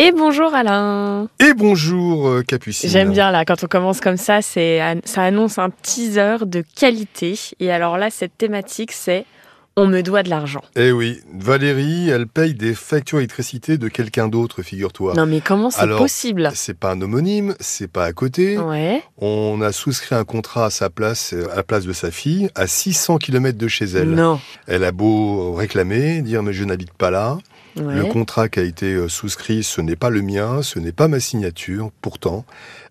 Et bonjour Alain. Et bonjour euh, Capucine. J'aime bien là, quand on commence comme ça, c'est ça annonce un teaser de qualité. Et alors là, cette thématique, c'est on me doit de l'argent. Eh oui, Valérie, elle paye des factures d'électricité de quelqu'un d'autre, figure-toi. Non mais comment c'est Bah, Alors, possible C'est pas un homonyme, c'est pas à côté. Ouais. On a souscrit un contrat à sa place, euh, à la place de sa fille, à 600 km de chez elle. Non. Elle a beau réclamer, dire mais je n'habite pas là. Ouais. Le contrat qui a été euh, souscrit, ce n'est pas le mien, ce n'est pas ma signature. Pourtant,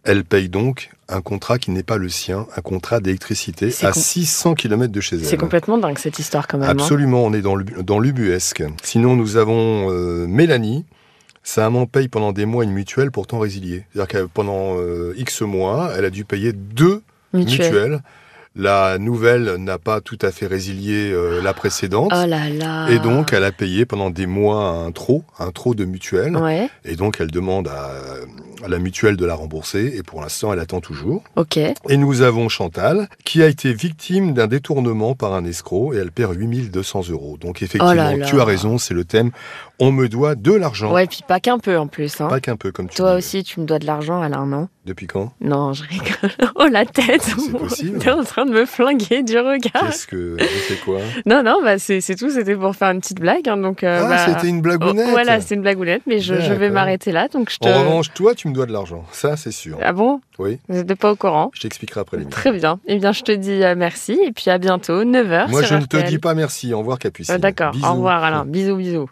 elle paye donc un contrat qui n'est pas le sien, un contrat d'électricité C'est à com- 600 km de chez elle. C'est complètement dingue cette histoire quand même. hein. Absolument, on est dans l'ubu- dans l'ubuesque. Sinon, nous avons euh, Mélanie. Sa maman paye pendant des mois une mutuelle pourtant résiliée. C'est-à-dire que pendant euh, X mois, elle a dû payer deux Mutuelle. mutuelles. La nouvelle n'a pas tout à fait résilié euh, la précédente. Oh là là. Et donc, elle a payé pendant des mois un trop, un trop de mutuelle. Ouais. Et donc, elle demande à, à la mutuelle de la rembourser. Et pour l'instant, elle attend toujours. Ok. Et nous avons Chantal, qui a été victime d'un détournement par un escroc et elle perd 8200 euros. Donc effectivement, Oh là là. tu as raison, c'est le thème. On me doit de l'argent. Ouais, puis pas qu'un peu en plus. Hein. Pas qu'un peu, comme tu Toi dis. aussi, tu me dois de l'argent Alain, non Depuis quand Non, je rigole. Oh la tête. C'est possible. T'es en train de me flinguer du regard. Qu'est-ce que... Je sais quoi Non, non, bah c'est c'est tout. C'était pour faire une petite blague. hein, donc, euh, Ah, bah, c'était une blagounette oh, Voilà, c'était une blagounette, mais je, je vais D'accord. m'arrêter là. Donc je te... En revanche, toi, tu me dois de l'argent. Ça, c'est sûr. Ah bon Oui, Vous n'êtes pas au courant je t'expliquerai après l'émission. Très bien. Eh bien, je te dis euh, merci et puis à bientôt, 9h. Moi, je ne te dis pas merci. Au revoir, Capucine. Euh, D'accord. Bisous. Au revoir, Alain. Bisous, bisous.